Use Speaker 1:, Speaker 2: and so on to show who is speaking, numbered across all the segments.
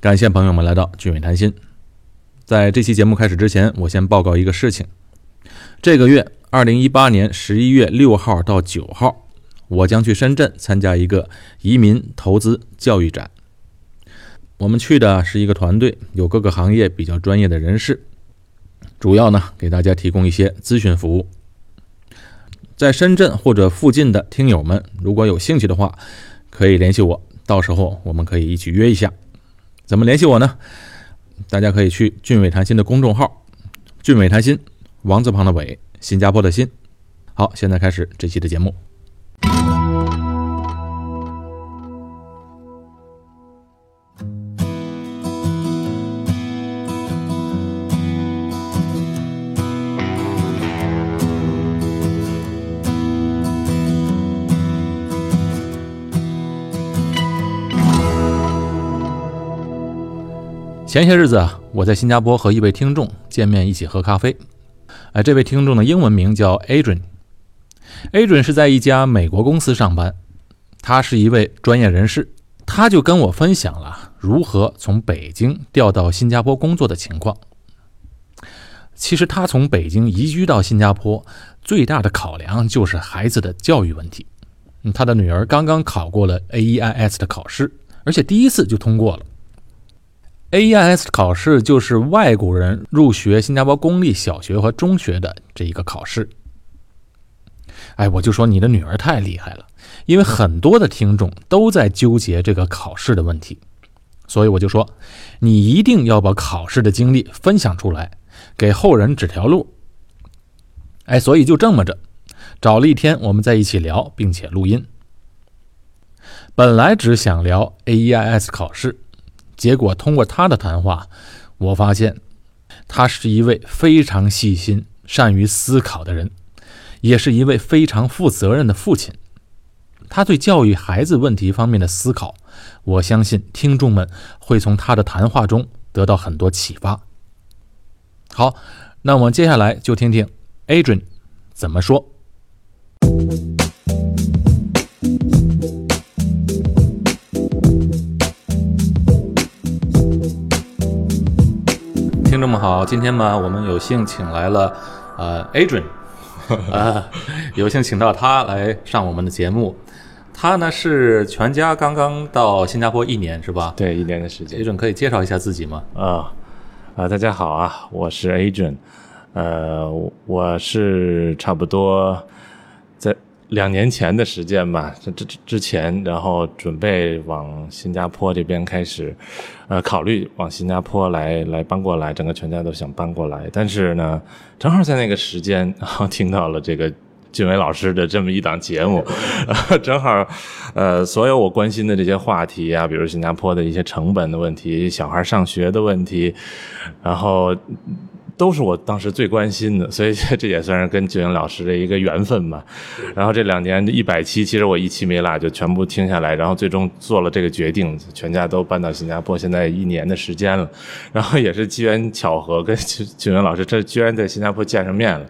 Speaker 1: 感谢朋友们来到聚美谈心。在这期节目开始之前，我先报告一个事情：这个月，二零一八年十一月六号到九号，我将去深圳参加一个移民、投资、教育展。我们去的是一个团队，有各个行业比较专业的人士，主要呢给大家提供一些咨询服务。在深圳或者附近的听友们，如果有兴趣的话，可以联系我，到时候我们可以一起约一下。怎么联系我呢？大家可以去“俊伟谈心”的公众号“俊伟谈心”，王字旁的伟，新加坡的新。好，现在开始这期的节目。前些日子啊，我在新加坡和一位听众见面，一起喝咖啡。哎，这位听众的英文名叫 Adrian。Adrian 是在一家美国公司上班，他是一位专业人士，他就跟我分享了如何从北京调到新加坡工作的情况。其实他从北京移居到新加坡，最大的考量就是孩子的教育问题。嗯他的女儿刚刚考过了 AEIS 的考试，而且第一次就通过了。AEIS E 考试就是外国人入学新加坡公立小学和中学的这一个考试。哎，我就说你的女儿太厉害了，因为很多的听众都在纠结这个考试的问题，所以我就说，你一定要把考试的经历分享出来，给后人指条路。哎，所以就这么着，找了一天，我们在一起聊，并且录音。本来只想聊 AEIS 考试，结果通过他的谈话，我发现他是一位非常细心、善于思考的人，也是一位非常负责任的父亲。他对教育孩子问题方面的思考，我相信听众们会从他的谈话中得到很多启发。好，那我们接下来就听听 Adrian 怎么说。听众们好，今天嘛，我们有幸请来了呃 Adrian，呃，有幸请到他来上我们的节目。他呢是全家刚刚到新加坡一年是吧？
Speaker 2: 对，一年的时间。
Speaker 1: ，Adrian 可以介绍一下自己吗？
Speaker 2: 啊啊，大家好啊，我是 Adrian，呃，我我是差不多在两年前的时间吧，这这这之前，然后准备往新加坡这边开始，呃，考虑往新加坡来来搬过来，整个全家都想搬过来，但是呢，正好在那个时间，然后听到了这个俊伟老师的这么一档节目， 正好，呃，所有我关心的这些话题啊，比如新加坡的一些成本的问题、小孩上学的问题，然后都是我当时最关心的，所以这这也算是跟俊伟老师的一个缘分吧。然后这两年一百期，其实我一期没落，就全部听下来，然后最终做了这个决定，全家都搬到新加坡，现在一年的时间了。然后也是机缘巧合，跟俊俊文老师这居然在新加坡见上面了，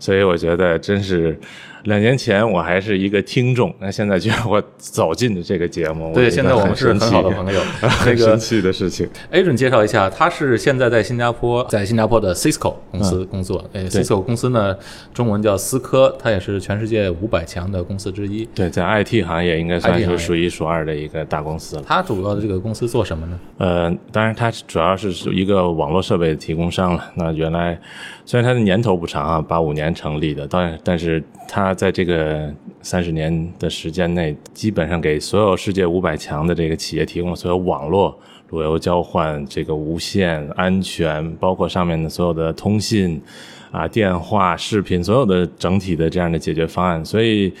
Speaker 2: 所以我觉得真是两年前我还是一个听众，那现在居然 我走进了这个节目，
Speaker 1: 对，
Speaker 2: 觉得
Speaker 1: 现在我们是
Speaker 2: 神
Speaker 1: 很
Speaker 2: 奇
Speaker 1: 好的朋 友。那
Speaker 2: 很
Speaker 1: 个
Speaker 2: 神奇的事情。
Speaker 1: Adrian 介绍一下，他是现在在新加坡，在新加坡的 Cisco 公司工作。哎、c i s c o 公司呢，中文叫思科，它也是全世界五百强的公司之一。
Speaker 2: 对，在 IT 行业应该算
Speaker 1: IT 行业
Speaker 2: 是数一数二的一个大公司了。
Speaker 1: 它主要的这个公司做什么呢？
Speaker 2: 呃，当然它主要是是一个网络设备提供商了。那原来虽然它的年头不长啊，八五年成立的，但但是它在这个三十年的时间内，基本上给所有世界五百强的这个企业提供所有网络。路由交换、这个无线安全，包括上面的所有的通信啊、电话、视频，所有的整体的这样的解决方案，所以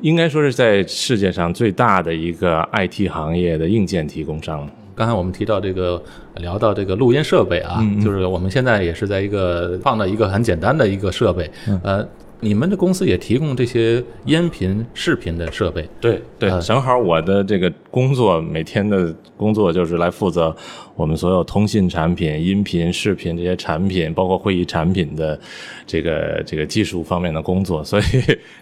Speaker 2: 应该说是在世界上最大的一个 IT 行业的硬件提供商。
Speaker 1: 刚才我们提到这个，聊到这个录音设备啊，就是我们现在也是在一个放了一个很简单的一个设备，呃。你们的公司也提供这些音频、视频的设备，呃
Speaker 2: 对对，
Speaker 1: 嗯
Speaker 2: 正好我的这个工作，每天的工作就是来负责我们所有通信产品、音频、视频这些产品，包括会议产品的这个这个技术方面的工作，所以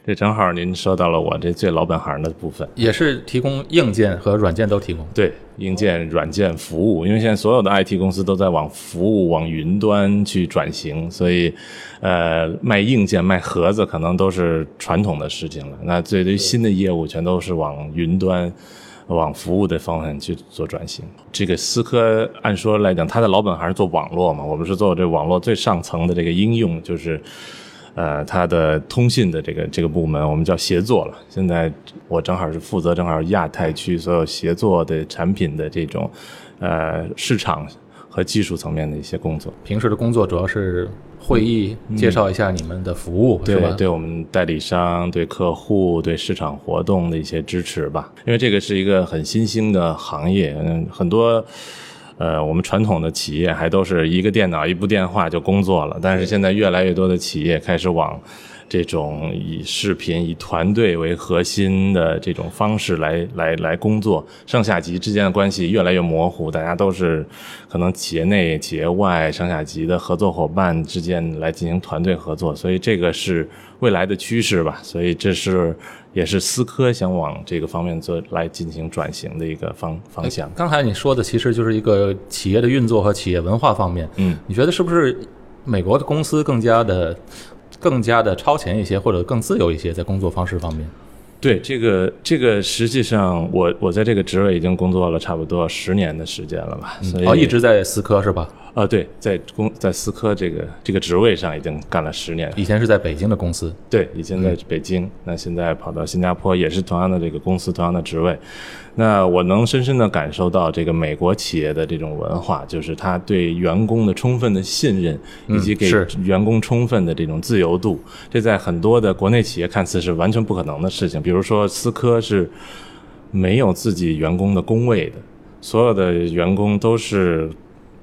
Speaker 2: 这正好您说到了我这最老本行的部分。
Speaker 1: 也是提供硬件和软件都提供。
Speaker 2: 对硬件、软件服务，因为现在所有的 IT 公司都在往服务、往云端去转型，所以，呃，卖硬件、卖盒子可能都是传统的事情了。那对于新的业务，全都是往云端、往服务的方向去做转型。这个思科按说来讲，它的老本还是做网络嘛，我们是做这网络最上层的这个应用，就是。呃，它的通信的这个这个部门，我们叫协作了。现在我正好是负责正好亚太区所有协作的产品的这种呃市场和技术层面的一些工作。
Speaker 1: 平时的工作主要是会议，介绍一下你们的服务，是
Speaker 2: 嗯对
Speaker 1: 吧？
Speaker 2: 对我们代理商、对客户、对市场活动的一些支持吧。因为这个是一个很新兴的行业，嗯，很多。呃，我们传统的企业还都是一个电脑、一部电话就工作了，但是现在越来越多的企业开始往这种以视频、以团队为核心的这种方式来来来工作，上下级之间的关系越来越模糊，大家都是可能企业内、企业外、上下级的合作伙伴之间来进行团队合作，所以这个是未来的趋势吧。所以这是也是思科想往这个方面做来进行转型的一个
Speaker 1: 呃
Speaker 2: 方方向。
Speaker 1: 刚才你说的其实就是一个企业的运作和企业文化方面，
Speaker 2: 嗯，
Speaker 1: 你觉得是不是美国的公司更加的、更加的超前一些，或者更自由一些，在工作方式方面？
Speaker 2: 对这个，这个实际上我我在这个职位已经工作了差不多十年的时间了吧，所以、
Speaker 1: 哦，一直在思科是吧？
Speaker 2: 啊、对，在工在思科这个这个职位上已经干了十年，
Speaker 1: 以前是在北京的公司，
Speaker 2: 对，以前在北京，那现在跑到新加坡也是同样的这个公司，同样的职位。那我能深深的感受到这个美国企业的这种文化，就是他对员工的充分的信任，以及给
Speaker 1: 是
Speaker 2: 员工充分的这种自由度。这在很多的国内企业看似是完全不可能的事情，比如说思科是没有自己员工的工位的，所有的员工都是。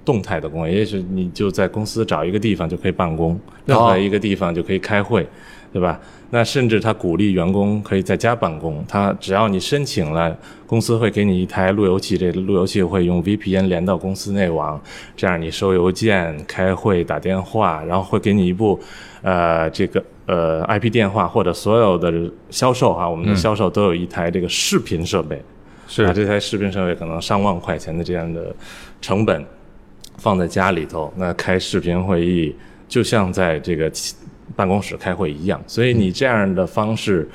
Speaker 2: 动态的工位，也许你就在公司找一个地方就可以办公，任何一个地方就可以开会，对吧？那甚至他鼓励员工可以在家办公，他只要你申请了，公司会给你一台路由器，这路由器会用 VPN 连到公司内网，这样你收邮件、开会、打电话，然后会给你一部，呃，这个呃 IP 电话或者所有的销售啊，我们的销售都有一台这个视频设备，把这台视频设备可能上万块钱的这样的成本放在家里头，那开视频会议就像在这个其办公室开会一样，所以你这样的方式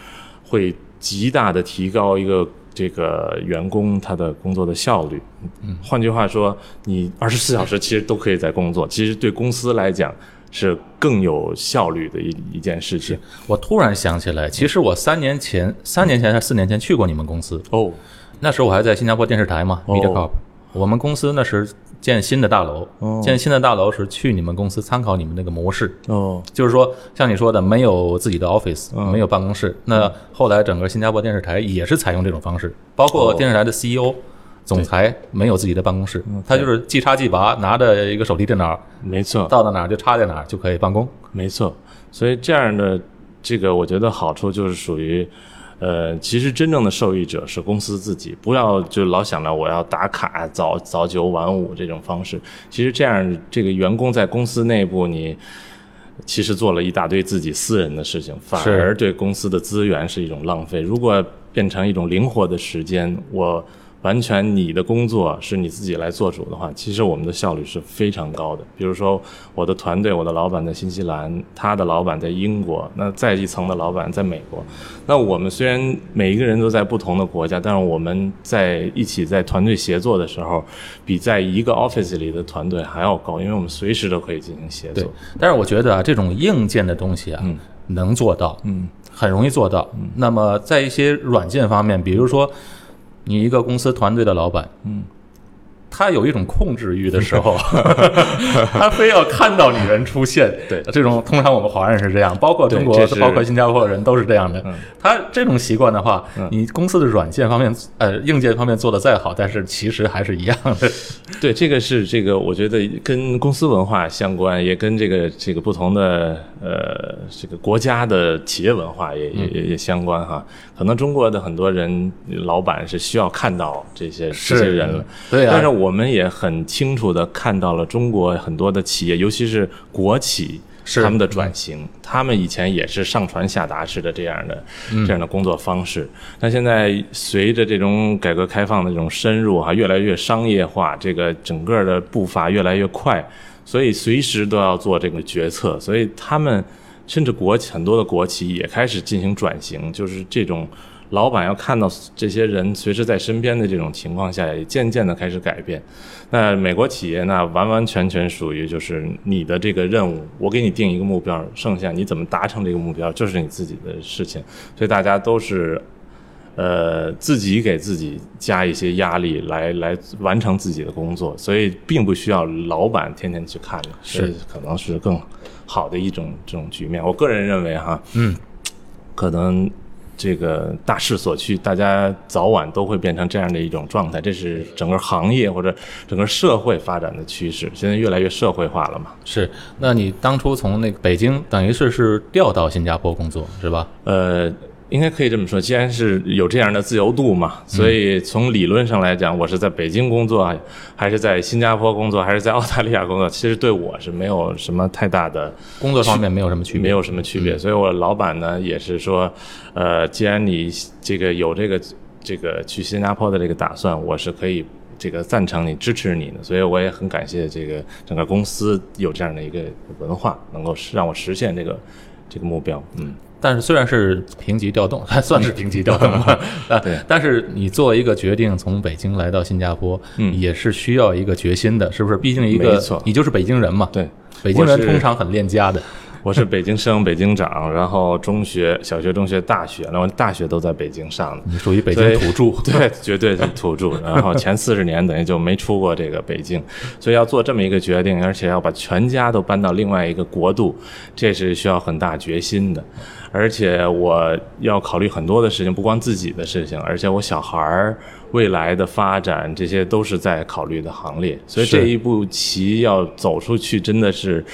Speaker 2: 会极大的提高一个这个员工他的工作的效率。嗯，换句话说，你二十四小时其实都可以在工作，其实对公司来讲是更有效率的一一件事情。
Speaker 1: 我突然想起来，其实我三年前、三年前还是四年前去过你们公司，
Speaker 2: 哦，
Speaker 1: 那时候我还在新加坡电视台嘛
Speaker 2: 哦
Speaker 1: ，MediaCorp。我们公司那时建新的大楼，
Speaker 2: 哦
Speaker 1: 建新的大楼是去你们公司参考你们那个模式，
Speaker 2: 哦，
Speaker 1: 就是说像你说的，没有自己的 office，、没
Speaker 2: 嗯
Speaker 1: 有办公室。那后来整个新加坡电视台也是采用这种方式，包括
Speaker 2: 哦嗯
Speaker 1: 电视台的 CEO、总裁没有自己的办公室，他就是即插即拔，拿着一个手提电脑，
Speaker 2: 没错，
Speaker 1: 到了哪儿就插在哪儿就可以办公。
Speaker 2: 没错，所以这样的这个，我觉得好处就是属于，呃，其实真正的受益者是公司自己，不要就老想着我要打卡早早九晚五这种方式。其实这样，这个员工在公司内部你。其实做了一大堆自己私人的事情，反
Speaker 1: 是
Speaker 2: 而对公司的资源是一种浪费。如果变成一种灵活的时间，我完全你的工作是你自己来做主的话，其实我们的效率是非常高的。比如说我的团队，我的老板在新西兰，他的老板在英国，那再一层的老板在美国。那我们虽然每一个人都在不同的国家，但是我们在一起在团队协作的时候，比在一个 office 里的团队还要高，因为我们随时都可以进行协
Speaker 1: 对
Speaker 2: 作。，
Speaker 1: 但是我觉得啊，这种硬件的东西啊，
Speaker 2: 嗯
Speaker 1: 能做到，嗯，很容易做到。那么在一些软件方面，比如说你一个公司团队的老板，嗯。他有一种控制欲的时 候， 他非要看到你人出现。
Speaker 2: 对
Speaker 1: 这种通常我们华人是这样，包括中国
Speaker 2: 对这，是嗯
Speaker 1: 包括新加坡人都是这样的。他这种习惯的话，你公司的软件方面，呃，硬件方面做的再好，但是其实还是一样的。
Speaker 2: 对，这个是这个，我觉得跟公司文化相关，也跟这个这个不同的呃这个国家的企业文化也也也也相关哈。可能中国的很多人老板是需要看到这些这些人了，
Speaker 1: 对啊
Speaker 2: 但是我们也很清楚的看到了中国很多的企业，尤其是国企。
Speaker 1: 是
Speaker 2: 他们的转型，他们以前也是上传下达式的这样的、这样的工作方式，但现在随着这种改革开放的这种深入啊哈、越来越商业化，这个整个的步伐越来越快，所以随时都要做这个决策，所以他们甚至国企很多的国企也开始进行转型，就是这种。老板要看到这些人随时在身边的这种情况下，也渐渐的开始改变。那美国企业那完完全全属于就是你的这个任务，我给你定一个目标，剩下你怎么达成这个目标就是你自己的事情。所以大家都是，呃，自己给自己加一些压力来 来完成自己的工作，所以并不需要老板天天去看着，
Speaker 1: 是
Speaker 2: 所以可能是更好的一种这种局面。我个人认为哈，
Speaker 1: 嗯，
Speaker 2: 可能这个大势所趋，大家早晚都会变成这样的一种状态，这是整个行业或者整个社会发展的趋势。现在越来越社会化了嘛。
Speaker 1: 是。那你当初从那个北京，等于是是调到新加坡工作是吧？
Speaker 2: 呃，应该可以这么说，既然是有这样的自由度嘛，所以从理论上来讲，我是在北京工作，还是在新加坡工作，还是在澳大利亚工作，其实对我是没有什么太大的
Speaker 1: 工作方面没有什么区别，
Speaker 2: 没有什么区别。所以我老板呢也是说，呃，既然你这个有这个这个去新加坡的这个打算，我是可以。这个赞成你支持你的，所以我也很感谢这个整个公司有这样的一个文化，能够让我实现这个这个目标。嗯，
Speaker 1: 但是虽然是平级调动， 还算是平级调动吧。啊
Speaker 2: 对，
Speaker 1: 但是你做一个决定，从北京来到新加坡，
Speaker 2: 嗯
Speaker 1: 也是需要一个决心的，是不是？毕竟一
Speaker 2: 没
Speaker 1: 个
Speaker 2: 错
Speaker 1: 你就是北京人嘛，，
Speaker 2: 对，
Speaker 1: 北京人
Speaker 2: 我是
Speaker 1: 通常很恋家的，
Speaker 2: 我是北京生，北京长，然后中学、小学、中学、大学，那我大学都在北京上的。
Speaker 1: 你属于北
Speaker 2: 所以
Speaker 1: 京土著，
Speaker 2: 对，绝对是土著。然后前四十年等于就没出过这个北京，所以要做这么一个决定，而且要把全家都搬到另外一个国度，这是需要很大决心的。而且我要考虑很多的事情，不光自己的事情，而且我小孩儿未来的发展，这些都是在考虑的行列。所以
Speaker 1: 是
Speaker 2: 这一步棋要走出去，真的是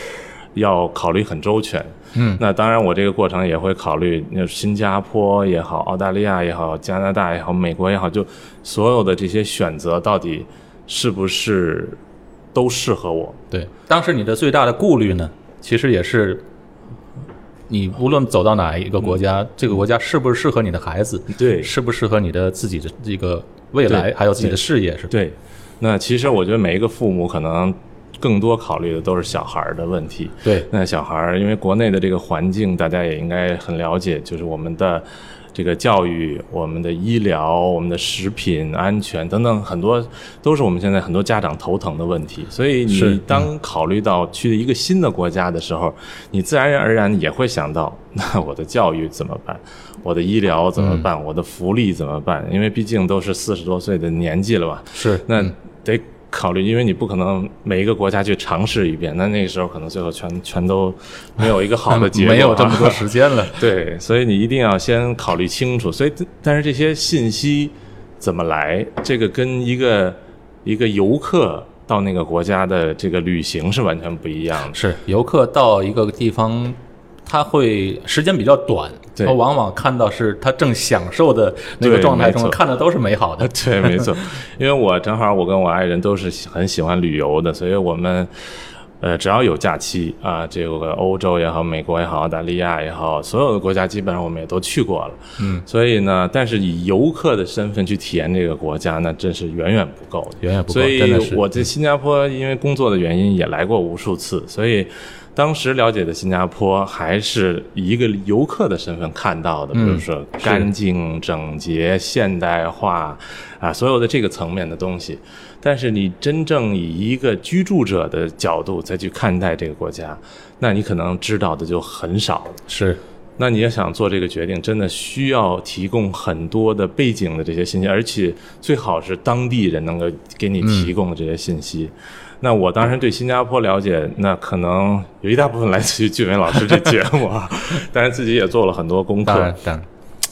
Speaker 2: 要考虑很周全。
Speaker 1: 嗯，
Speaker 2: 那当然，我这个过程也会考虑，那新加坡也好，澳大利亚也好，加拿大也好，美国也好，就所有的这些选择到底是不是都适合我？
Speaker 1: 对。当时你的最大的顾虑呢，其实也是。你无论走到哪一个国家，
Speaker 2: 嗯
Speaker 1: 这个国家适不适合你的孩子，
Speaker 2: 对
Speaker 1: 适不适合你的自己的这个未来，
Speaker 2: 对
Speaker 1: 还有自己的事业，是吧？
Speaker 2: 对，那其实我觉得每一个父母可能更多考虑的都是小孩儿的问题。
Speaker 1: 对，
Speaker 2: 那小孩儿，因为国内的这个环境，大家也应该很了解，就是我们的这个教育、我们的医疗、我们的食品安全等等，很多都是我们现在很多家长头疼的问题。所以
Speaker 1: 是
Speaker 2: 你
Speaker 1: 嗯
Speaker 2: 当考虑到去一个新的国家的时候，你自然而然也会想到， 那我的教育怎么办？我的医疗怎
Speaker 1: 嗯
Speaker 2: 么办？我的福利怎么办？因为毕竟都是四十多岁的年纪了吧，
Speaker 1: 是
Speaker 2: 那得考虑，因为你不可能每一个国家去尝试一遍，那那个时候可能最后全全都没有一个好的结果、
Speaker 1: 嗯
Speaker 2: 啊
Speaker 1: 没有这么多。时间了。
Speaker 2: 对，所以你一定要先考虑清楚。所以，但是这些信息怎么来，这个跟一个一个游客到那个国家的这个旅行是完全不一样的。
Speaker 1: 是游客到一个地方，他会时间比较短，
Speaker 2: 对
Speaker 1: 他往往看到是他正享受的那个
Speaker 2: 对
Speaker 1: 状态
Speaker 2: 没
Speaker 1: 中，
Speaker 2: 错
Speaker 1: 看的都是美好的。
Speaker 2: 对，没错，因为我正好我跟我爱人都是喜很喜欢旅游的，所以我们呃只要有假期啊、这个欧洲也好，美国也好，澳大利亚也好，所有的国家基本上我们也都去过了。
Speaker 1: 嗯，
Speaker 2: 所以呢，但是以游客的身份去体验这个国家，那真是远远不够的。
Speaker 1: 远远不够，
Speaker 2: 所以
Speaker 1: 真的是嗯
Speaker 2: 我在新加坡，因为工作的原因也来过无数次，所以当时了解的新加坡还是以一个游客的身份看到的，比
Speaker 1: 嗯
Speaker 2: 如说干净、整洁、现代化啊，所有的这个层面的东西。但是你真正以一个居住者的角度再去看待这个国家，那你可能知道的就很少了。
Speaker 1: 是
Speaker 2: 那你要想做这个决定，真的需要提供很多的背景的这些信息，而且最好是当地人能够给你提供的这些信息。那我当时对新加坡了解，那可能有一大部分来自于俊伟老师这节目啊，当然自己也做了很多功课。
Speaker 1: 当然当然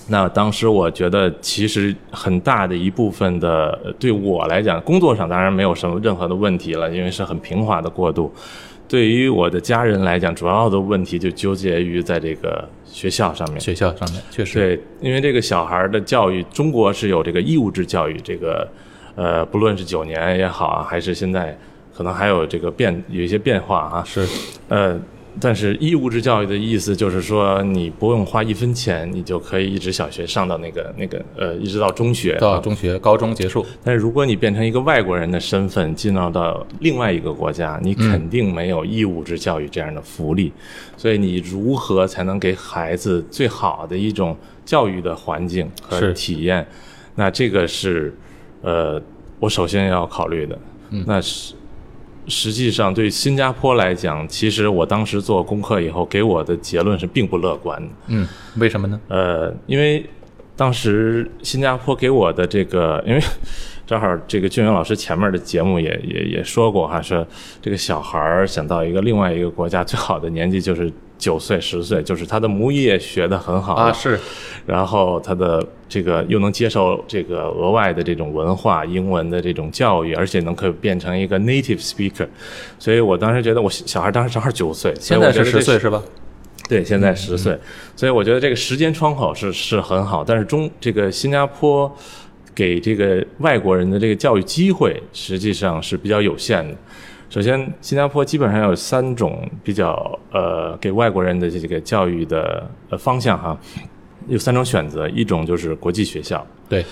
Speaker 2: 那当时我觉得，其实很大的一部分的呃对我来讲，工作上当然没有什么任何的问题了，因为是很平滑的过渡。对于我的家人来讲，主要的问题就纠结于在这个学校上面。
Speaker 1: 学校上面确实
Speaker 2: 对，因为这个小孩儿的教育，中国是有这个义务制教育，这个呃，不论是九年也好啊，还是现在可能还有这个变有一些变化啊，
Speaker 1: 是
Speaker 2: 呃，但是义务制教育的意思就是说，你不用花一分钱，你就可以一直小学上到那个那个呃，一直到中学。
Speaker 1: 到中学、高中结束，
Speaker 2: 但是如果你变成一个外国人的身份进到到另外一个国家，你肯定没有义务制教育这样的福利，所以你如何才能给孩子最好的一种教育的环境和
Speaker 1: 是
Speaker 2: 体验？那这个是呃，我首先要考虑的。那是实际上对新加坡来讲，其实我当时做功课以后给我的结论是并不乐观的。
Speaker 1: 嗯，为什么呢？
Speaker 2: 呃，因为当时新加坡给我的这个，因为正好这个俊元老师前面的节目也也也说过哈，说这个小孩儿想到一个另外一个国家最好的年纪就是九岁十岁，就是他的母语也学得很好了
Speaker 1: 啊，是
Speaker 2: 然后他的这个又能接受这个额外的这种文化、英文的这种教育，而且能可以变成一个 native speaker，所以我当时觉得我小孩当时正好九岁，所
Speaker 1: 现
Speaker 2: 以我
Speaker 1: 在
Speaker 2: 觉得
Speaker 1: 是
Speaker 2: 这
Speaker 1: 十岁，是吧？
Speaker 2: 对，现在十岁，所以我觉得这个时间窗口是是很好，但是中这个新加坡给这个外国人的这个教育机会实际上是比较有限的。首先，新加坡基本上有三种比较呃给外国人的这个教育的呃方向哈，有三种选择，一种就是国际学校，
Speaker 1: 对，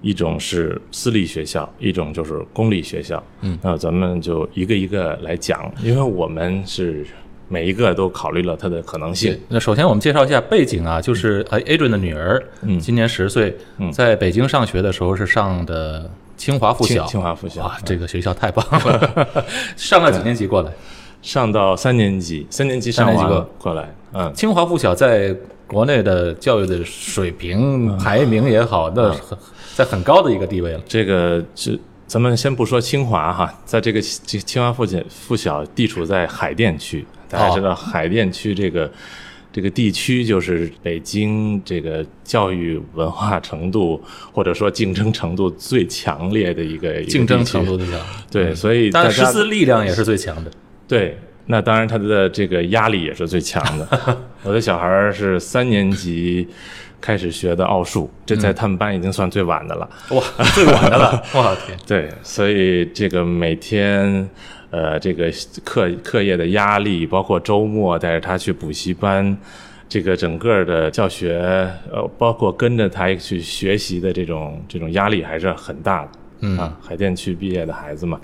Speaker 2: 一种是私立学校，一种就是公立学校。
Speaker 1: 嗯，
Speaker 2: 那咱们就一个一个来讲，因为我们是每一个都考虑了它的可能性。
Speaker 1: 那首先我们介绍一下背景啊，就是呃 Adrian 的女儿，今年十岁，在北京上学的时候是上的清华附
Speaker 2: 清
Speaker 1: 小，
Speaker 2: 清华附小
Speaker 1: 哇，这个学校太 棒了！上了几年级过来？
Speaker 2: 上到三年级，三年级上
Speaker 1: 三
Speaker 2: 完
Speaker 1: 年级
Speaker 2: 了过来，嗯，
Speaker 1: 清华附小在国内的教育的水平排名也好，那很在很高嗯的一个地位了。
Speaker 2: 这个是咱们先不说清华哈，在这个这清华附小附小地处在海淀区，大家知道海淀区这个。这个地区就是北京这个教育文化程度或者说竞争程度最强烈的一个一个
Speaker 1: 竞争
Speaker 2: 地区
Speaker 1: 程度最强，
Speaker 2: 对，所以大
Speaker 1: 但
Speaker 2: 家
Speaker 1: 师资力量也是最强的。
Speaker 2: 对，那当然他的这个压力也是最强的。我的小孩儿是三年级开始学的奥数，这在他们班已经算最晚的了。
Speaker 1: 哇，最晚的了！ 哇天，
Speaker 2: 对，所以这个每天，呃，这个课课业的压力，包括周末带着他去补习班，这个整个的教学，呃，包括跟着他去学习的这种这种压力还是很大的。
Speaker 1: 嗯
Speaker 2: 啊，海淀区毕业的孩子嘛，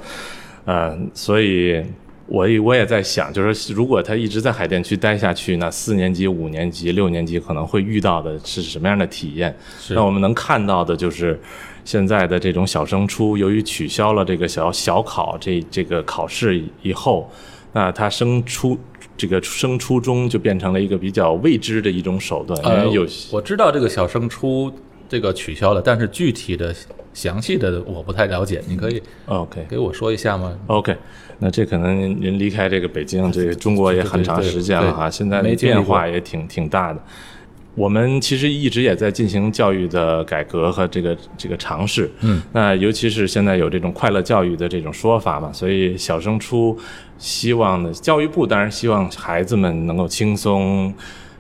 Speaker 2: 呃，所以。我也我也在想，就是说如果他一直在海淀区待下去，那四年级、五年级、六年级可能会遇到的是什么样的体验？那我们能看到的就是，现在的这种小升初，由于取消了这个小小考这这个考试以后，那他升初这个升初中就变成了一个比较未知的一种手段，因为有
Speaker 1: 呃我知道这个小升初这个取消了，但是具体的详细的我不太了解，你可以
Speaker 2: OK。
Speaker 1: 给我说一下吗？
Speaker 2: OK，那这可能您您离开这个北京，这个中国也很长时间了哈，
Speaker 1: 对对对
Speaker 2: 现在
Speaker 1: 没
Speaker 2: 的
Speaker 1: 经历
Speaker 2: 变
Speaker 1: 过
Speaker 2: 化也挺挺大的。我们其实一直也在进行教育的改革和这个这个尝试，
Speaker 1: 嗯，
Speaker 2: 那尤其是现在有这种快乐教育的这种说法嘛，所以小升初希望的教育部当然希望孩子们能够轻松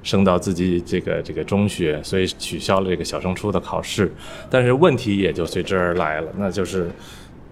Speaker 2: 升到自己这个这个中学，所以取消了这个小升初的考试，但是问题也就随之而来了，那就是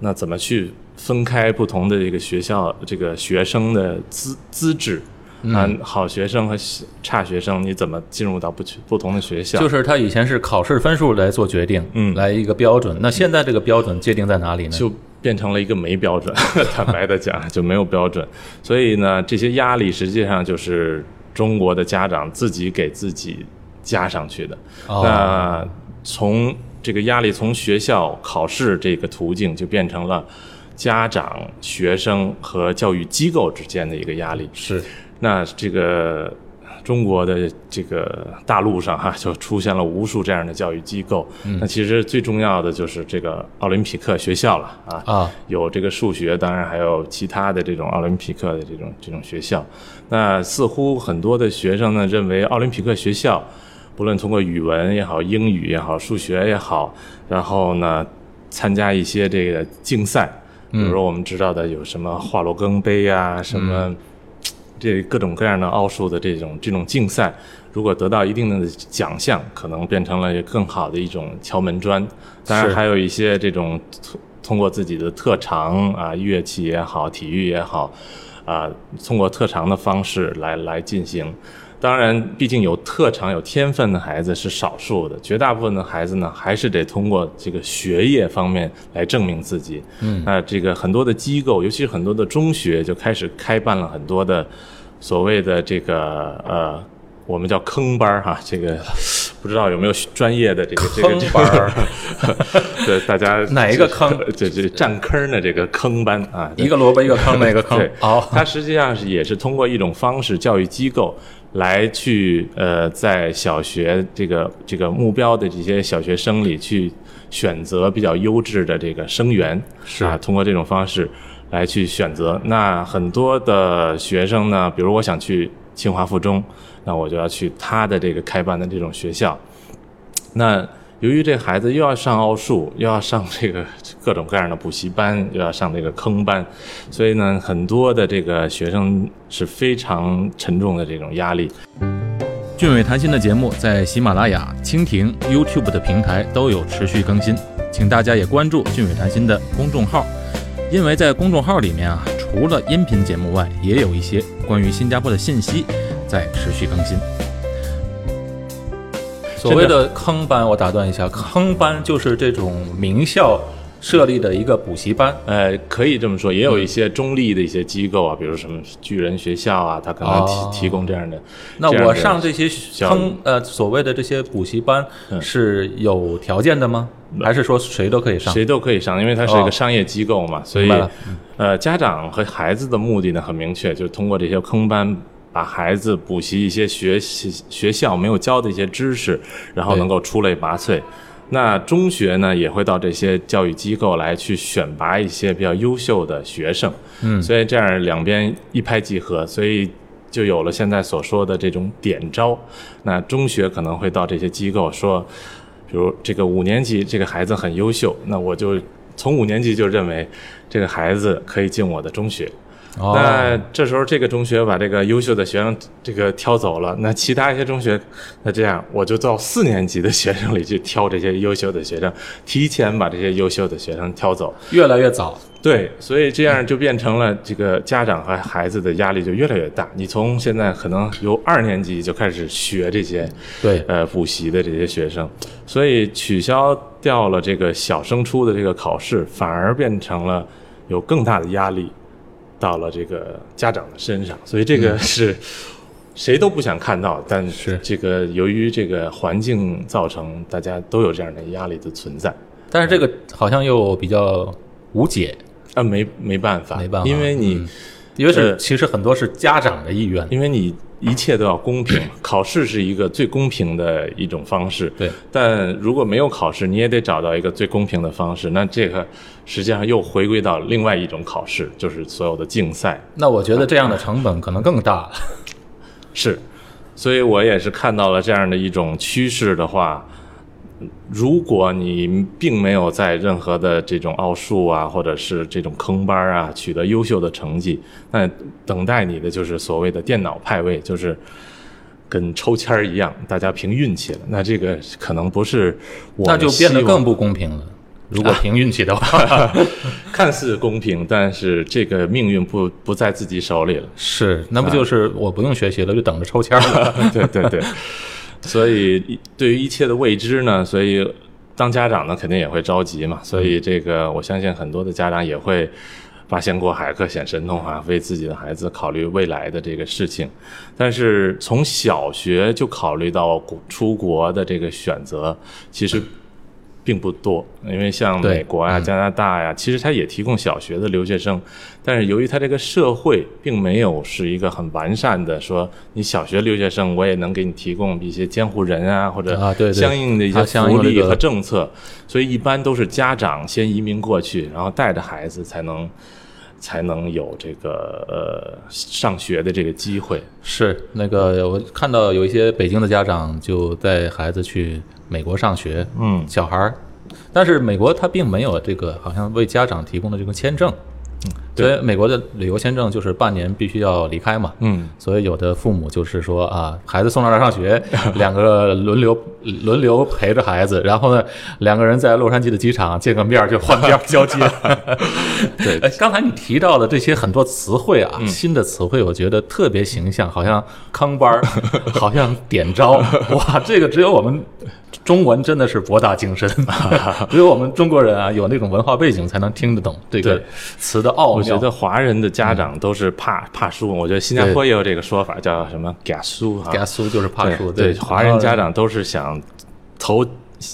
Speaker 2: 那怎么去分开不同的这个学校这个学生的资资质？
Speaker 1: 嗯
Speaker 2: 啊，好学生和差学生，你怎么进入到不去不同的学校？
Speaker 1: 就是啊他以前是考试分数来做决定，
Speaker 2: 嗯
Speaker 1: 来一个标准。那现在这个标准界定在哪里呢？
Speaker 2: 就变成了一个没标准。 坦白的讲，就没有标准。所以呢，这些压力实际上就是中国的家长自己给自己加上去的。
Speaker 1: 哦
Speaker 2: 那从这个压力从学校考试这个途径，就变成了家长、学生和教育机构之间的一个压力。
Speaker 1: 是
Speaker 2: 那这个中国的这个大陆上哈、 就出现了无数这样的教育机构。那其实最重要的就是这个奥林匹克学校了啊，
Speaker 1: 啊，
Speaker 2: 有这个数学，当然还有其他的这种奥林匹克的这种这种学校。那似乎很多的学生呢，认为奥林匹克学校，不论通过语文也好、英语也好、数学也好，然后呢，参加一些这个竞赛，比如说我们知道的有什么华罗庚杯啊，什么、这各种各样的奥数的这种这种竞赛，如果得到一定的奖项，可能变成了更好的一种敲门砖。当然，
Speaker 1: 是
Speaker 2: 还有一些这种通通过自己的特长啊，乐器也好，体育也好，啊、通过特长的方式来来进行。当然，毕竟有特长、有天分的孩子是少数的，绝大部分的孩子呢，还是得通过这个学业方面来证明自己。
Speaker 1: 嗯
Speaker 2: 那这个很多的机构，尤其是很多的中学，就开始开办了很多的呃所谓的这个呃，我们叫坑班儿哈、这个不知道有没有专业的这个这个
Speaker 1: 坑班儿，
Speaker 2: 这个呃对大家
Speaker 1: 哪一个 坑？
Speaker 2: 这这占坑的这个坑班啊，
Speaker 1: 一个萝卜一个坑，那个坑
Speaker 2: 对。
Speaker 1: 好，
Speaker 2: 它实际上是也是通过一种方式，教育机构来去呃，在小学这个这个目标的这些小学生里去选择比较优质的这个生源，
Speaker 1: 是
Speaker 2: 啊，通过这种方式来去选择。那很多的学生呢，比如我想去清华附中，那我就要去他的这个开办的这种学校。那由于这孩子又要上奥数，又要上这个各种各样的补习班，又要上这个坑班，所以呢，很多的这个学生是非常沉重的这种压力。
Speaker 1: 俊伟谈心的节目在喜马拉雅、蜻蜓、YouTube 的平台都有持续更新，请大家也关注俊伟谈心的公众号，因为在公众号里面啊，除了音频节目外，也有一些关于新加坡的信息在持续更新。
Speaker 3: 所谓的坑班，我打断一下，坑班就是这种名校设立的一个补习班，
Speaker 2: 呃，可以这么说，也有一些中立的一些机构啊，比如什么巨人学校啊，它可能提、
Speaker 3: 哦
Speaker 2: 提供这样的。
Speaker 3: 那
Speaker 2: 这样
Speaker 3: 我
Speaker 2: 的
Speaker 3: 上这些坑呃所谓的这些补习班
Speaker 2: 嗯
Speaker 3: 是有条件的吗？
Speaker 1: 嗯
Speaker 3: 还是说谁都可以上？
Speaker 2: 谁都可以上，因为它是一
Speaker 3: 哦
Speaker 2: 个商业机构嘛，所以
Speaker 3: 明白了，嗯
Speaker 2: 呃，家长和孩子的目的呢很明确，就是通过这些坑班。把孩子补习一些学习学校没有教的一些知识，然后
Speaker 3: 对
Speaker 2: 能够出类拔萃。那中学呢，也会到这些教育机构来去选拔一些比较优秀的学生。
Speaker 1: 嗯
Speaker 2: 所以这样两边一拍即合，所以就有了现在所说的这种点招。那中学可能会到这些机构说，比如这个五年级这个孩子很优秀，那我就从五年级就认为这个孩子可以进我的中学。
Speaker 3: 哦，
Speaker 2: 那这时候这个中学把这个优秀的学生这个挑走了，那其他一些中学，那这样我就到四年级的学生里去挑这些优秀的学生，提前把这些优秀的学生挑走。
Speaker 3: 越来越早，
Speaker 2: 对，所以这样就变成了这个家长和孩子的压力就越来越大。你从现在可能由二年级就开始学这些，
Speaker 3: 对，
Speaker 2: 呃，补习的这些学生，所以取消掉了这个小升初的这个考试，反而变成了有更大的压力到了这个家长的身上。所以这个是谁都不想看到，但
Speaker 3: 嗯是
Speaker 2: 这个由于这个环境造成，大家都有这样的压力的存在。
Speaker 3: 但是这个好像又比较无解，
Speaker 2: 啊，没没办法，
Speaker 3: 没办法嗯
Speaker 2: 因为你。
Speaker 3: 因为是
Speaker 2: 呃
Speaker 3: 其实很多是家长的意愿，
Speaker 2: 因为你一切都要公平，考试是一个最公平的一种方式。
Speaker 3: 对，
Speaker 2: 但如果没有考试，你也得找到一个最公平的方式。那这个实际上又回归到另外一种考试，就是所有的竞赛。
Speaker 3: 那我觉得这样的成本可能更大了。
Speaker 2: 是，所以我也是看到了这样的一种趋势的话，如果你并没有在任何的这种奥数啊，或者是这种坑班啊取得优秀的成绩，那等待你的就是所谓的电脑派位，就是。跟抽签儿一样，大家凭运气了。那这个可能不是我
Speaker 3: 那
Speaker 2: 们
Speaker 3: 就变得
Speaker 2: 希望啊
Speaker 3: 更不公平了。如果凭运气的话，
Speaker 2: 看似公平，但是这个命运不不在自己手里了。
Speaker 3: 是，那不就是我不用学习了，就等着抽签儿 了。
Speaker 2: 对对对，所以一对于一切的未知呢，所以当家长呢肯定也会着急嘛，所以这个我相信很多的家长也会八仙过海、各显神通啊，为自己的孩子考虑未来的这个事情。但是从小学就考虑到国出国的这个选择，其实。并不多，因为像
Speaker 3: 对
Speaker 2: 美国啊呀、加拿大呀、其实它也提供小学的留学生，但是由于它这个社会并没有是一个很完善的，说你小学留学生我也能给你提供一些监护人啊，或者
Speaker 3: 啊对对
Speaker 2: 相应的一
Speaker 3: 它
Speaker 2: 些
Speaker 3: 相应
Speaker 2: 福
Speaker 3: 的
Speaker 2: 利
Speaker 3: 这个
Speaker 2: 和政策，所以一般都是家长先移民过去，然后带着孩子才能才能有这个呃上学的这个机会。
Speaker 3: 是那个，我看到有一些北京的家长就带孩子去美国上学，
Speaker 2: 嗯，
Speaker 3: 小孩儿，但是美国他并没有这个好像为家长提供的这个签证，
Speaker 2: 对
Speaker 1: 嗯所以美国的旅游签证就是半年必须要离开嘛。
Speaker 2: 嗯，
Speaker 1: 所以有的父母就是说啊，孩子送到这儿上 学，两个轮流轮流陪着孩子，然后呢，两个人在洛杉矶的机场见个面儿就换边儿交接。
Speaker 2: 对嗯
Speaker 1: 哎，刚才你提到的这些很多词汇啊，新的词汇，我觉得特别形象，好像康 班儿，好像点招，哇，这个只有我们中文真的是博大精 深，只有我们中国人啊有那种文化背景才能听得懂这个
Speaker 2: 对
Speaker 1: 词的奥妙。
Speaker 2: 我觉得华人的家长都是怕怕输，我觉得新加坡也有这个说法，叫什么“嘎输”啊，
Speaker 1: 给他输就是怕输，
Speaker 2: 对，华人家
Speaker 1: 长
Speaker 2: 长都是想头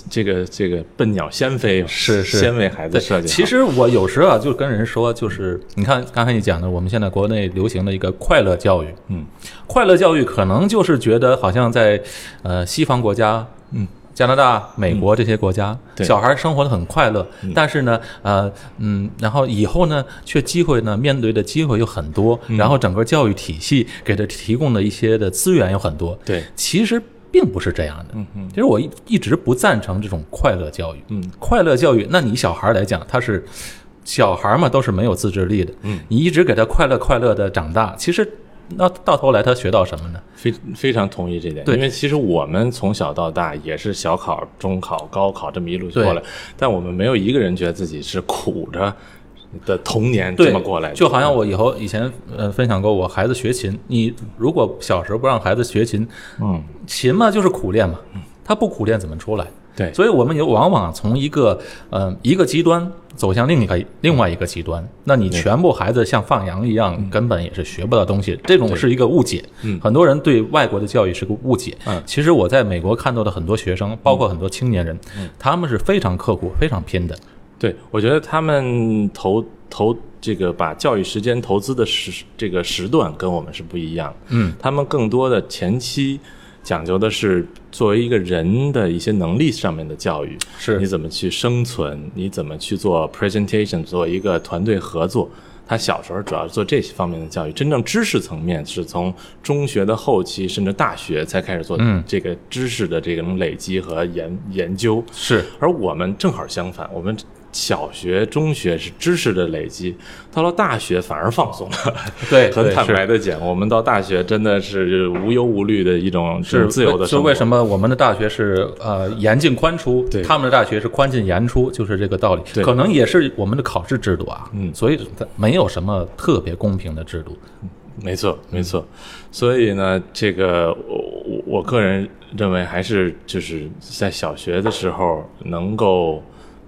Speaker 2: 这个这个笨鸟先飞，
Speaker 1: 是是
Speaker 2: 先为孩子
Speaker 1: 对，
Speaker 2: 设计好。
Speaker 1: 其实我有时候啊，就跟人说，就是你看刚才你讲的，我们现在国内流行的一个快乐教育，
Speaker 2: 嗯，
Speaker 1: 快乐教育可能就是觉得好像在呃西方国家，
Speaker 2: 嗯。
Speaker 1: 加拿大、美国这些国家，
Speaker 2: 对嗯
Speaker 1: 小孩生活的很快乐，但是呢，呃，嗯，然后以后呢，却机会呢，面对的机会又很多，
Speaker 2: 嗯
Speaker 1: 然后整个教育体系给他提供的一些的资源有很多，
Speaker 2: 对
Speaker 1: 其实并不是这样的。嗯嗯，其实我一一直不赞成这种快乐教育。嗯，快乐教育，那你小孩儿来讲，他是小孩儿嘛，都是没有自制力的。嗯，你一直给他快乐快乐的长大，其实那到头来他学到什么呢？
Speaker 2: 非非常同意这点，
Speaker 1: 对
Speaker 2: 因为其实我们从小到大也是小考、中考、高考这么一路过来，但我们没有一个人觉得自己是苦着的童年
Speaker 1: 对，
Speaker 2: 这么过来的，
Speaker 1: 就好像我以后以前呃分享过，我孩子学琴，你如果小时候不让孩子学琴，
Speaker 2: 嗯，
Speaker 1: 琴嘛就是苦练嘛，他不苦练怎么出来？
Speaker 2: 对
Speaker 1: 所以我们有往往从一个呃一个极端走向另一个另外一个极端，那你全部孩子像放羊一样，
Speaker 2: 嗯
Speaker 1: 根本也是学不到东西，这种是一个误解。嗯，很多人对外国的教育是个误解。
Speaker 2: 嗯
Speaker 1: 其实我在美国看到的很多学生，包括很多青年人，
Speaker 2: 嗯
Speaker 1: 他们是非常刻苦、非常拼的。
Speaker 2: 对，我觉得他们投投这个把教育时间投资的时这个时段跟我们是不一样，
Speaker 1: 嗯，
Speaker 2: 他们更多的前期讲究的是作为一个人的一些能力上面的教育，
Speaker 1: 是
Speaker 2: 你怎么去生存，你怎么去做 presentation，做一个团队合作。他小时候主要是做这些方面的教育，真正知识层面是从中学的后期甚至大学才开始做
Speaker 1: 嗯
Speaker 2: 这个知识的这种累积和研研究。
Speaker 1: 是
Speaker 2: 而我们正好相反，我们小学、中学是知识的累积，到了大学反而放松了。
Speaker 1: 对，
Speaker 2: 很
Speaker 1: 对
Speaker 2: 坦
Speaker 1: 是
Speaker 2: 白的讲，我们到大学真的是无忧无虑的一种
Speaker 1: 是
Speaker 2: 自由的
Speaker 1: 是
Speaker 2: 生活。
Speaker 1: 为什么我们的大学是呃严进宽出，
Speaker 2: 对
Speaker 1: 他们的大学是宽进严出，就是这个道理。
Speaker 2: 对
Speaker 1: 可能也是我们的考试制度啊，
Speaker 2: 嗯
Speaker 1: 所以它没有什么特别公平的制度。
Speaker 2: 没错，没错。所以呢，这个我我我个人认为，还是就是在小学的时候能够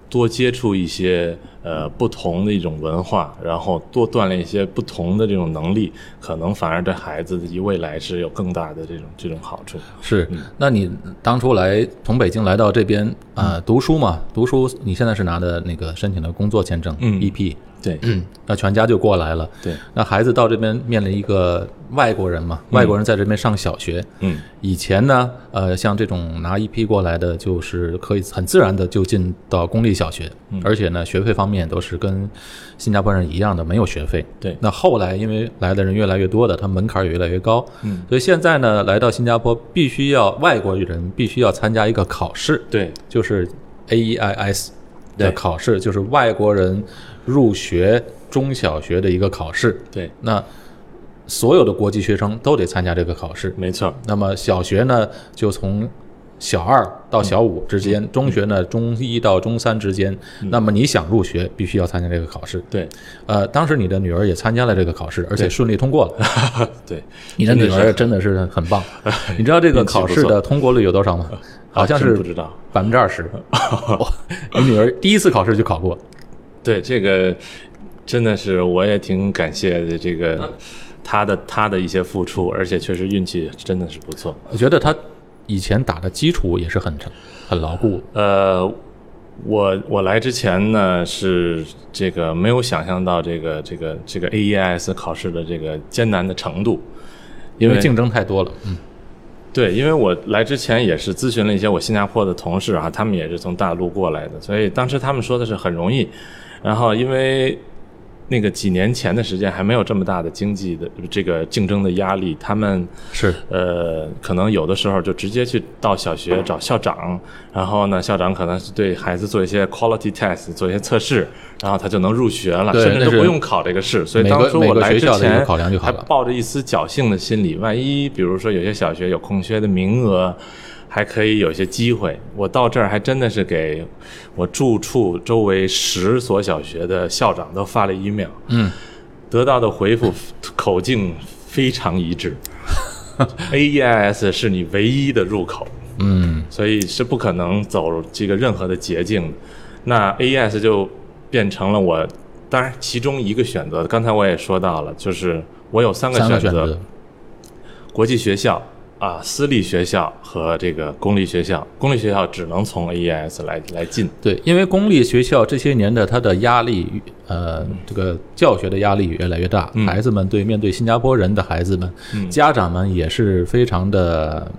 Speaker 2: 多接触一些呃不同的一种文化，然后多锻炼一些不同的这种能力，可能反而对孩子的未来是有更大的这种这种好处。
Speaker 1: 是，那你当初来从北京来到这边啊、呃读书嘛，读书你现在是拿的那个申请的工作签证，
Speaker 2: 嗯
Speaker 1: ，EP，
Speaker 2: 对，
Speaker 1: 嗯，那全家就过来了。
Speaker 2: 对，
Speaker 1: 那孩子到这边面临一个外国人嘛，外国人在这边上小学，
Speaker 2: 嗯，
Speaker 1: 以前呢，呃，像这种拿一批过来的，就是可以很自然的就进到公立小学，而且呢，学费方面都是跟新加坡人一样的，没有学费。
Speaker 2: 对
Speaker 1: 那后来因为来的人越来越多的，他门槛儿也越来越高，
Speaker 2: 嗯，
Speaker 1: 所以现在呢，来到新加坡必须要外国人必须要参加一个考试，
Speaker 2: 对，
Speaker 1: 就是 AEIS 的
Speaker 2: 对
Speaker 1: 考试，就是外国人入学中小学的一个考试。
Speaker 2: 对，
Speaker 1: 那所有的国际学生都得参加这个考试。
Speaker 2: 没错，
Speaker 1: 那么小学呢，就从小二到小五之间；中学呢，中一到中三之间。那么你想入学，必须要参加这个考试。
Speaker 2: 对，
Speaker 1: 呃，当时你的女儿也参加了这个考试，而且顺利通过了。
Speaker 2: 对，
Speaker 1: 你的女儿真的是哎很棒。你知道这个考试的通过率有多少吗？好像啊是
Speaker 2: 啊真不知道。
Speaker 1: 百分之二 十。你女儿第一次考试就考过，
Speaker 2: 对这个，真的是我也挺感谢的这个他的他的一些付出，而且确实运气真的是不错。
Speaker 1: 我觉得她以前打的基础也是很成很牢固。
Speaker 2: 呃，我我来之前呢是这个没有想象到这个这个这个 AEIS 考试的这个艰难的程度，
Speaker 1: 因为
Speaker 2: 对
Speaker 1: 竞争太多了，嗯，
Speaker 2: 对，因为我来之前也是咨询了一些我新加坡的同事啊，他们也是从大陆过来的，所以当时他们说的是很容易。然后因为那个几年前的时间还没有这么大的经济的这个竞争的压力，他们
Speaker 1: 是
Speaker 2: 呃，可能有的时候就直接去到小学找校长，然后呢，校长可能是对孩子做一些 quality test，做一些测试，然后他就能入学了，
Speaker 1: 对
Speaker 2: 甚至
Speaker 1: 那
Speaker 2: 都
Speaker 1: 是
Speaker 2: 不用考这个试。所以
Speaker 1: 每
Speaker 2: 当
Speaker 1: 个
Speaker 2: 初
Speaker 1: 每
Speaker 2: 我
Speaker 1: 个
Speaker 2: 来
Speaker 1: 学
Speaker 2: 之
Speaker 1: 校的一个
Speaker 2: 前
Speaker 1: 考量就好
Speaker 2: 还
Speaker 1: 了
Speaker 2: 抱着一丝侥幸的心理，万一比如说有些小学有空缺的名额，还可以有些机会。我到这儿还真的是给我住处周围十所小学的校长都发了 email，
Speaker 1: 嗯，
Speaker 2: 得到的回复口径非常 一致，AEIS 是你唯一的入口。
Speaker 1: 嗯，
Speaker 2: 所以是不可能走这个任何的捷径的。那 AES 就变成了我，当然其中一个选择。刚才我也说到了，就是我有三个
Speaker 1: 三
Speaker 2: 选
Speaker 1: 个
Speaker 2: 择：
Speaker 1: 选择，
Speaker 2: 国际学校啊、私立学校和这个公立学校。公立学校只能从 AES 来来进。
Speaker 1: 对，因为公立学校这些年的它的压力，呃，这个教学的压力越来越大，
Speaker 2: 嗯
Speaker 1: 孩子们对面对新加坡人的孩子们，家长们也是非常的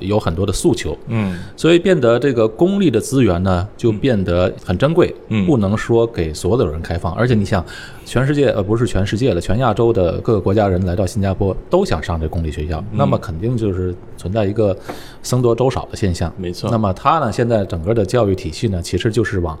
Speaker 1: 也有很多的诉求，
Speaker 2: 嗯
Speaker 1: 所以变得这个公立的资源呢，就变得很珍贵，
Speaker 2: 嗯
Speaker 1: 不能说给所有的人开放。而且你想，全世界呃不是全世界了，全亚洲的各个国家人来到新加坡都想上这公立学校，
Speaker 2: 嗯
Speaker 1: 那么肯定就是存在一个僧多粥少的现象。
Speaker 2: 没错
Speaker 1: 那么它呢，现在整个的教育体系呢，其实就是往。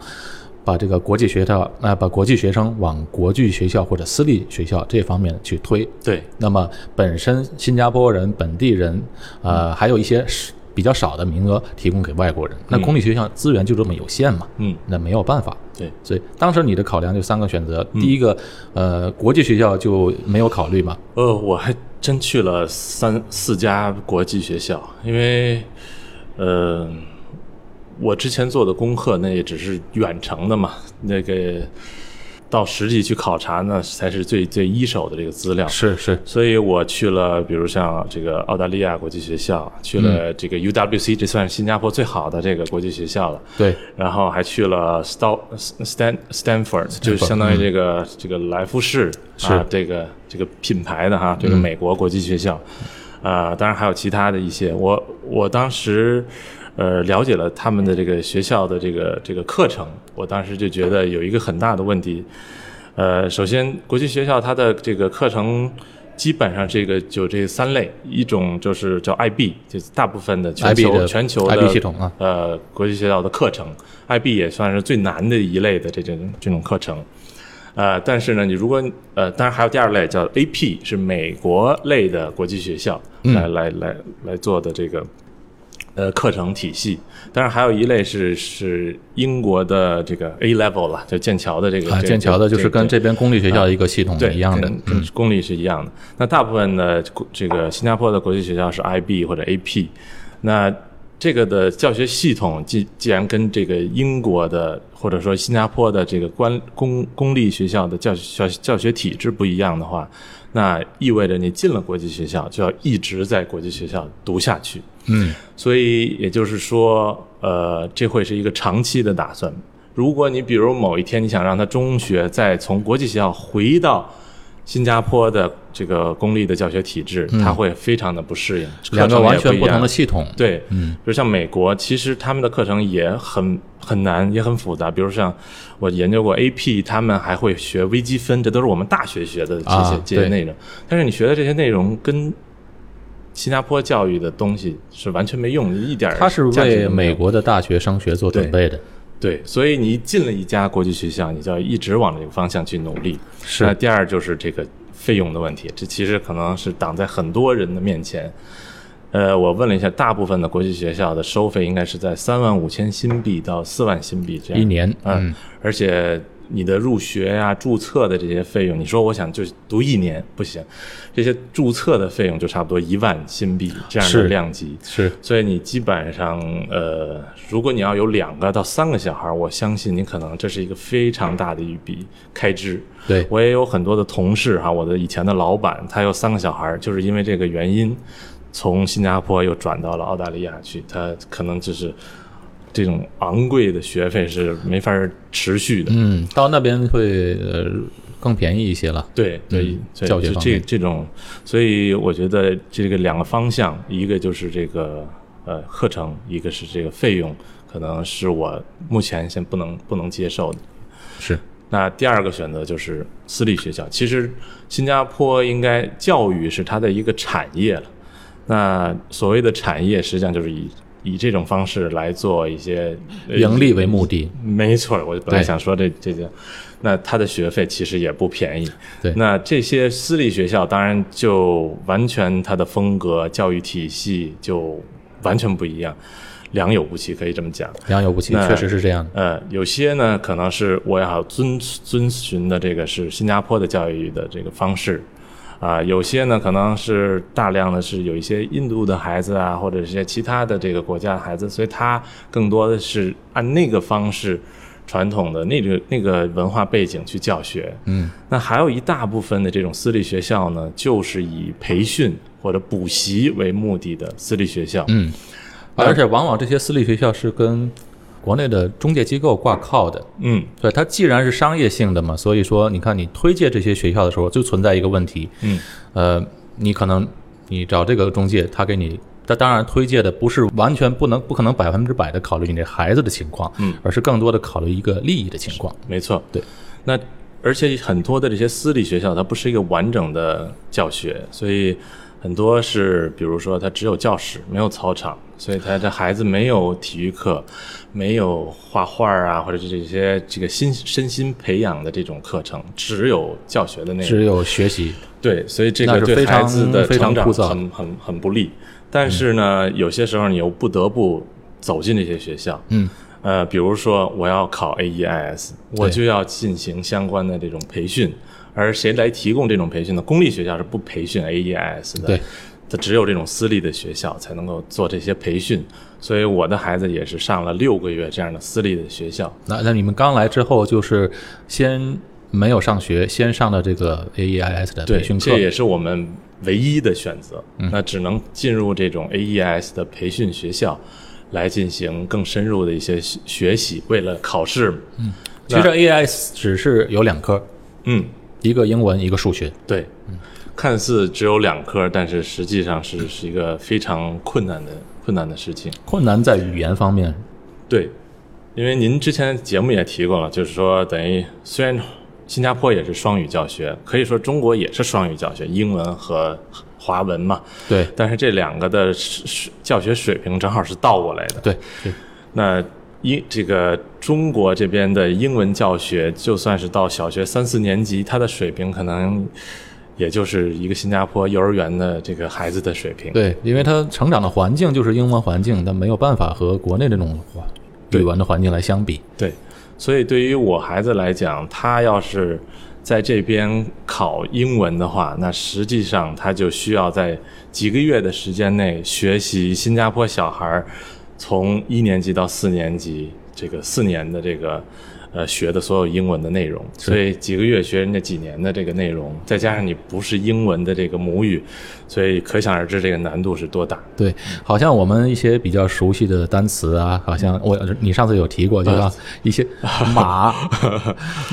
Speaker 1: 把这个国际学校，呃，把国际学生往国际学校或者私立学校这方面去推，
Speaker 2: 对，
Speaker 1: 那么本身新加坡人、本地人，呃，还有一些是比较少的名额提供给外国人。那公立学校资源就这么有限嘛，
Speaker 2: 嗯
Speaker 1: 那没有办法。
Speaker 2: 对，嗯
Speaker 1: 所以当时你的考量就三个选择，第一个，呃，国际学校就没有考虑 嘛，
Speaker 2: 呃，我还真去了三四家国际学校，因为，呃，我之前做的功课那也只是远程的嘛，那个到实际去考察呢才是最最一手的这个资料。
Speaker 1: 是是，
Speaker 2: 所以我去了，比如像这个澳大利亚国际学校，去了这个 UWC，、这算是新加坡最好的这个国际学校了。
Speaker 1: 对，
Speaker 2: 然后还去了 Stan Stan Stanford，就是相当于这个、这个莱夫士啊
Speaker 1: 是，
Speaker 2: 这个这个品牌的哈，这个美国国际学校，啊、当然还有其他的一些。我我当时呃了解了他们的这个学校的这个这个课程，我当时就觉得有一个很大的问题，呃，首先国际学校它的这个课程。基本上这个就这三类，一种就是叫 IB，就是大部分的全
Speaker 1: IB
Speaker 2: 球
Speaker 1: 的
Speaker 2: 全球
Speaker 1: IB 系统啊
Speaker 2: 呃国际学校的课程，IB 也算是最难的一类的这种这种课程。呃，但是呢，你如果呃，当然还有第二类叫 AP，是美国类的国际学校
Speaker 1: 嗯
Speaker 2: 来、来来来做的这个呃课程体系。当然还有一类是是英国的这个 A level 了，就剑桥的这个、
Speaker 1: 啊，
Speaker 2: 这
Speaker 1: 剑桥的就是跟
Speaker 2: 这
Speaker 1: 这边公立学校一个系统
Speaker 2: 啊对
Speaker 1: 一样的，嗯
Speaker 2: 跟跟公立是一样的。那大部分的国这个新加坡的国际学校是 IB 或者 AP，那这个的教学系统既既然跟这个英国的或者说新加坡的这个官公公立学校的教学教教学体制不一样的话，那意味着你进了国际学校就要一直在国际学校读下去。
Speaker 1: 嗯，
Speaker 2: 所以也就是说，呃，这会是一个长期的打算。如果你比如某一天你想让他中学再从国际学校回到新加坡的这个公立的教学体制，他会非常的不适应，
Speaker 1: 嗯两
Speaker 2: 课
Speaker 1: 个
Speaker 2: 程也
Speaker 1: 完全
Speaker 2: 不
Speaker 1: 不
Speaker 2: 一样
Speaker 1: 同的系统，
Speaker 2: 对，
Speaker 1: 嗯，
Speaker 2: 比如像美国，其实他们的课程也很很难，也很复杂。比如像我研究过 AP，他们还会学微积分，这都是我们大学学的这些、
Speaker 1: 啊
Speaker 2: 这些
Speaker 1: 对
Speaker 2: 内容。但是你学的这些内容跟新加坡教育的东西是完全没用，一点儿
Speaker 1: 它是
Speaker 2: 价值
Speaker 1: 为
Speaker 2: 都没有
Speaker 1: 美国的大学升学做准备的，
Speaker 2: 对，所以你进了一家国际学校，你就要一直往这个方向去努力。
Speaker 1: 是
Speaker 2: 那第二就是这个费用的问题，这其实可能是挡在很多人的面前。呃，我问了一下，大部分的国际学校的收费应该是在三万五千新币到四万新币这样
Speaker 1: 一年，
Speaker 2: 嗯，而且你的入学呀、注册的这些费用，你说我想就读一年不行，这些注册的费用就差不多一万新币这样的
Speaker 1: 是
Speaker 2: 量级。
Speaker 1: 是
Speaker 2: 所以你基本上，呃，如果你要有两个到三个小孩儿，我相信你可能这是一个非常大的一笔开支。
Speaker 1: 对，
Speaker 2: 我也有很多的同事哈、我的以前的老板，他有三个小孩儿，就是因为这个原因，从新加坡又转到了澳大利亚去，他可能就是这种昂贵的学费是没法儿持续的。
Speaker 1: 嗯，到那边会呃更便宜一些了。
Speaker 2: 对对
Speaker 1: 嗯，
Speaker 2: 对
Speaker 1: 教学
Speaker 2: 就
Speaker 1: 方
Speaker 2: 这
Speaker 1: 面
Speaker 2: 这种，所以我觉得这个两个方向，一个就是这个呃课程，一个是这个费用，可能是我目前先不能不能接受的。
Speaker 1: 是，
Speaker 2: 那第二个选择就是私立学校。其实新加坡应该教育是它的一个产业了。那所谓的产业，实际上就是以以这种方式来做一些呃
Speaker 1: 盈利为目的，
Speaker 2: 没错儿，我本来
Speaker 1: 对
Speaker 2: 想说这这些，那他的学费其实也不便宜。
Speaker 1: 对
Speaker 2: 那这些私立学校当然就完全它的风格、教育体系就完全不一样，良莠不齐，可以这么讲。
Speaker 1: 良莠不齐，
Speaker 2: 那
Speaker 1: 确实是这样的。
Speaker 2: 呃，有些呢可能是我要遵遵循的这个是新加坡的教育的这个方式，啊、有些呢可能是大量的是有一些印度的孩子啊，或者是一些其他的这个国家的孩子，所以他更多的是按那个方式。传统的那个那个文化背景去教学，
Speaker 1: 嗯，
Speaker 2: 那还有一大部分的这种私立学校呢，就是以培训或者补习为目的的私立学校，
Speaker 1: 嗯，而且往往这些私立学校是跟国内的中介机构挂靠的，
Speaker 2: 嗯
Speaker 1: 对它既然是商业性的嘛，所以说你看你推介这些学校的时候，就存在一个问题，
Speaker 2: 嗯，
Speaker 1: 呃，你可能你找这个中介，他给你，他当然推介的不是完全不能不可能百分之百的考虑你这孩子的情况，
Speaker 2: 嗯，
Speaker 1: 而是更多的考虑一个利益的情况，
Speaker 2: 没错，
Speaker 1: 对。
Speaker 2: 那而且很多的这些私立学校，它不是一个完整的教学，所以很多是，比如说它只有教室，没有操场，所以他这孩子没有体育课，没有画画啊，或者是这些这个心身心培养的这种课程，只有教学的内容。
Speaker 1: 只有学习，
Speaker 2: 对，所以这
Speaker 1: 那
Speaker 2: 个
Speaker 1: 是
Speaker 2: 对
Speaker 1: 非
Speaker 2: 孩
Speaker 1: 常
Speaker 2: 子的
Speaker 1: 非常
Speaker 2: 成长
Speaker 1: 枯燥
Speaker 2: 很很很不利。但是呢，有些时候你又不得不走进这些学校，
Speaker 1: 嗯，
Speaker 2: 呃，比如说我要考 AEIS，我
Speaker 1: 对
Speaker 2: 就要进行相关的这种培训，而谁来提供这种培训呢？公立学校是不培训 AEIS 的，
Speaker 1: 对，
Speaker 2: 它只有这种私立的学校才能够做这些培训。所以我的孩子也是上了六个月这样的私立的学校，
Speaker 1: 那那你们刚来之后就是先没有上学，先上了这个 AEIS 的
Speaker 2: 对，
Speaker 1: 培训课嗯
Speaker 2: 这，也是我们唯一的选择。那只能进入这种 AEIS 的培训学校，来进行更深入的一些学学习，为了考试。嗯
Speaker 1: 其实 AEIS 只是有两科，
Speaker 2: 嗯，
Speaker 1: 一个英文，一个数学，
Speaker 2: 对，看似只有两科，但是实际上是是一个非常困难的困难的事情。
Speaker 1: 困难在语言方面，
Speaker 2: 对，因为您之前节目也提过了，就是说等于虽然新加坡也是双语教学，可以说中国也是双语教学，英文和华文嘛。
Speaker 1: 对
Speaker 2: 但是这两个的是是教学水平正好是倒过来的。
Speaker 1: 对对，
Speaker 2: 那英这个中国这边的英文教学，就算是到小学三四年级，它的水平可能也就是一个新加坡幼儿园的这个孩子的水平。
Speaker 1: 对，因为他成长的环境就是英文环境，但没有办法和国内这种环语
Speaker 2: 对
Speaker 1: 文的环境来相比。
Speaker 2: 对，所以对于我孩子来讲，他要是在这边考英文的话，那实际上他就需要在几个月的时间内学习新加坡小孩儿从一年级到四年级这个四年的这个。呃，学的所有英文的内容，所以几个月学人家几年的这个内容，再加上你不是英文的这个母语，所以可想而知这个难度是多大。
Speaker 1: 对，好像我们一些比较熟悉的单词啊，好
Speaker 2: 嗯
Speaker 1: 像我你上次有提过，就
Speaker 2: 啊
Speaker 1: 像一些 马、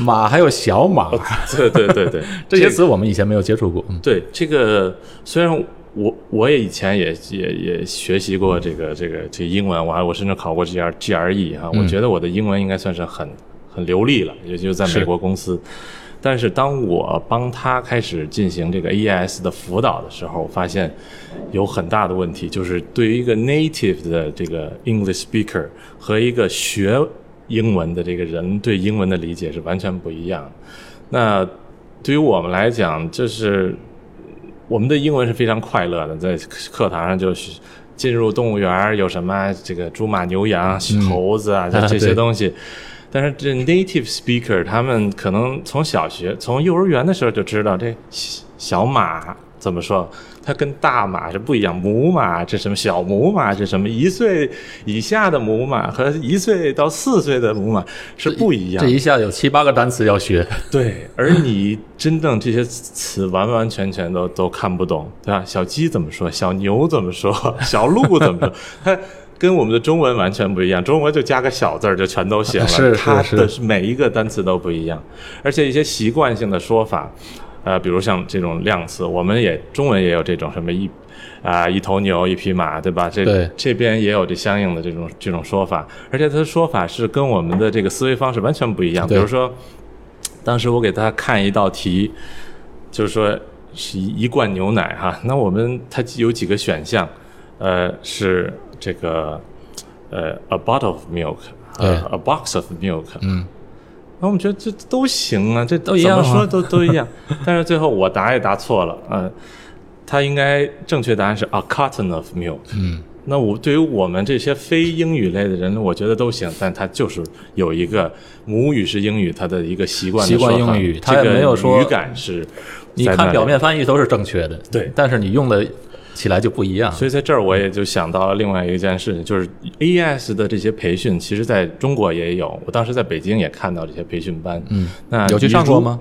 Speaker 1: 马还有小马
Speaker 2: 哦对对对对，
Speaker 1: 这些词，我们以前没有接触过。嗯
Speaker 2: 对这个，虽然我我也以前也也也学习过这个这个这个英文，我还我甚至考过 G R G R E 哈，我觉得我的英文应该算是很很流利了，也就在美国公司。但是当我帮他开始进行这个 AES 的辅导的时候，我发现有很大的问题，就是对于一个 native 的这个 English speaker 和一个学英文的这个人对英文的理解是完全不一样的。那对于我们来讲，就是我们的英文是非常快乐的，在课堂上就是进入动物园儿有什么这个猪马牛羊、猴子 啊，这
Speaker 1: 啊
Speaker 2: 这些
Speaker 1: 对
Speaker 2: 东西。但是这 native speaker 他们可能从小学、从幼儿园的时候就知道这小小马怎么说，它跟大马是不一样。母马这什么小母马这什么一岁以下的母马和一岁到四岁的母马是不一样
Speaker 1: 这
Speaker 2: 的。
Speaker 1: 一下有七八个单词要 学，
Speaker 2: 对，而你真正这些词完完全全都都看不懂，对吧？小鸡怎么说？小牛怎么说？ 小鹿怎么说？ 它跟我们的中文完全不一样，中文就加个小字儿就全都行了，
Speaker 1: 啊是是
Speaker 2: 它的
Speaker 1: 是
Speaker 2: 每一个单词都不一样，而且一些习惯性的说法，呃，比如像这种量词，我们也中文也有这种什么一啊、一头牛一匹马，对吧？这
Speaker 1: 对
Speaker 2: 这边也有这相应的这种这种说法，而且它的说法是跟我们的这个思维方式完全不一样，比
Speaker 1: 对
Speaker 2: 如说。当时我给他看一道题，就是说是一一罐牛奶哈，那我们它有几个选项，呃，是这个呃，a bottle of milk，
Speaker 1: 对
Speaker 2: 呃，a box of milk，
Speaker 1: 嗯，
Speaker 2: 然后我们觉得这都行啊，这
Speaker 1: 都一样啊
Speaker 2: 怎么说都都 一样。但是最后我答也答错了，呃，它应该正确答案是 a carton of milk。
Speaker 1: 嗯，
Speaker 2: 那我对于我们这些非英语类的人，我觉得都行，但他就是有一个母语是英语，他的一个习惯的
Speaker 3: 习惯
Speaker 2: 说法
Speaker 3: 英语
Speaker 2: 这
Speaker 3: 他也
Speaker 2: 个
Speaker 3: 没有说
Speaker 2: 语感是。
Speaker 3: 你看表，面翻译都是正确的，
Speaker 2: 对
Speaker 3: 但是你用的起来就不一样。
Speaker 2: 所以在这儿我也就想到了另外一件事情，就是 AES 的这些培训，其实在中国也有，我当时在北京也看到这些培训班。嗯，那
Speaker 1: 有去
Speaker 2: 你
Speaker 1: 上过
Speaker 2: 如
Speaker 1: 吗？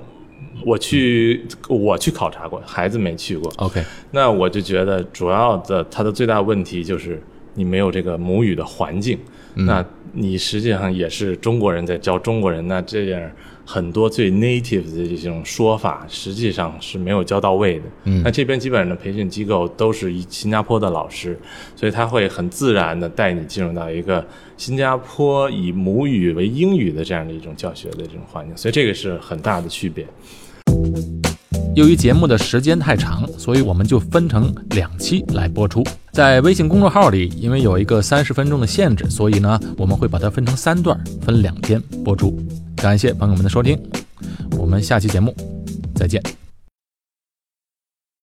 Speaker 2: 我去，我去考察过，孩子没去过。
Speaker 1: ？OK，
Speaker 2: 那我就觉得主要的它的最大问题就是你没有这个母语的环境。那你实际上也是中国人在教中国人，那这样很多最 native 的这种说法，实际上是没有教到位的。
Speaker 1: 嗯
Speaker 2: 那这边基本上的培训机构都是以新加坡的老师，所以他会很自然的带你进入到一个新加坡以母语为英语的这样的一种教学的这种环境，所以这个是很大的区别。
Speaker 1: 由于节目的时间太长，所以我们就分成两期来播出。在微信公众号里，因为有一个三十分钟的限制，所以呢，我们会把它分成三段，分两天播出。感谢朋友们的收听，我们下期节目再见。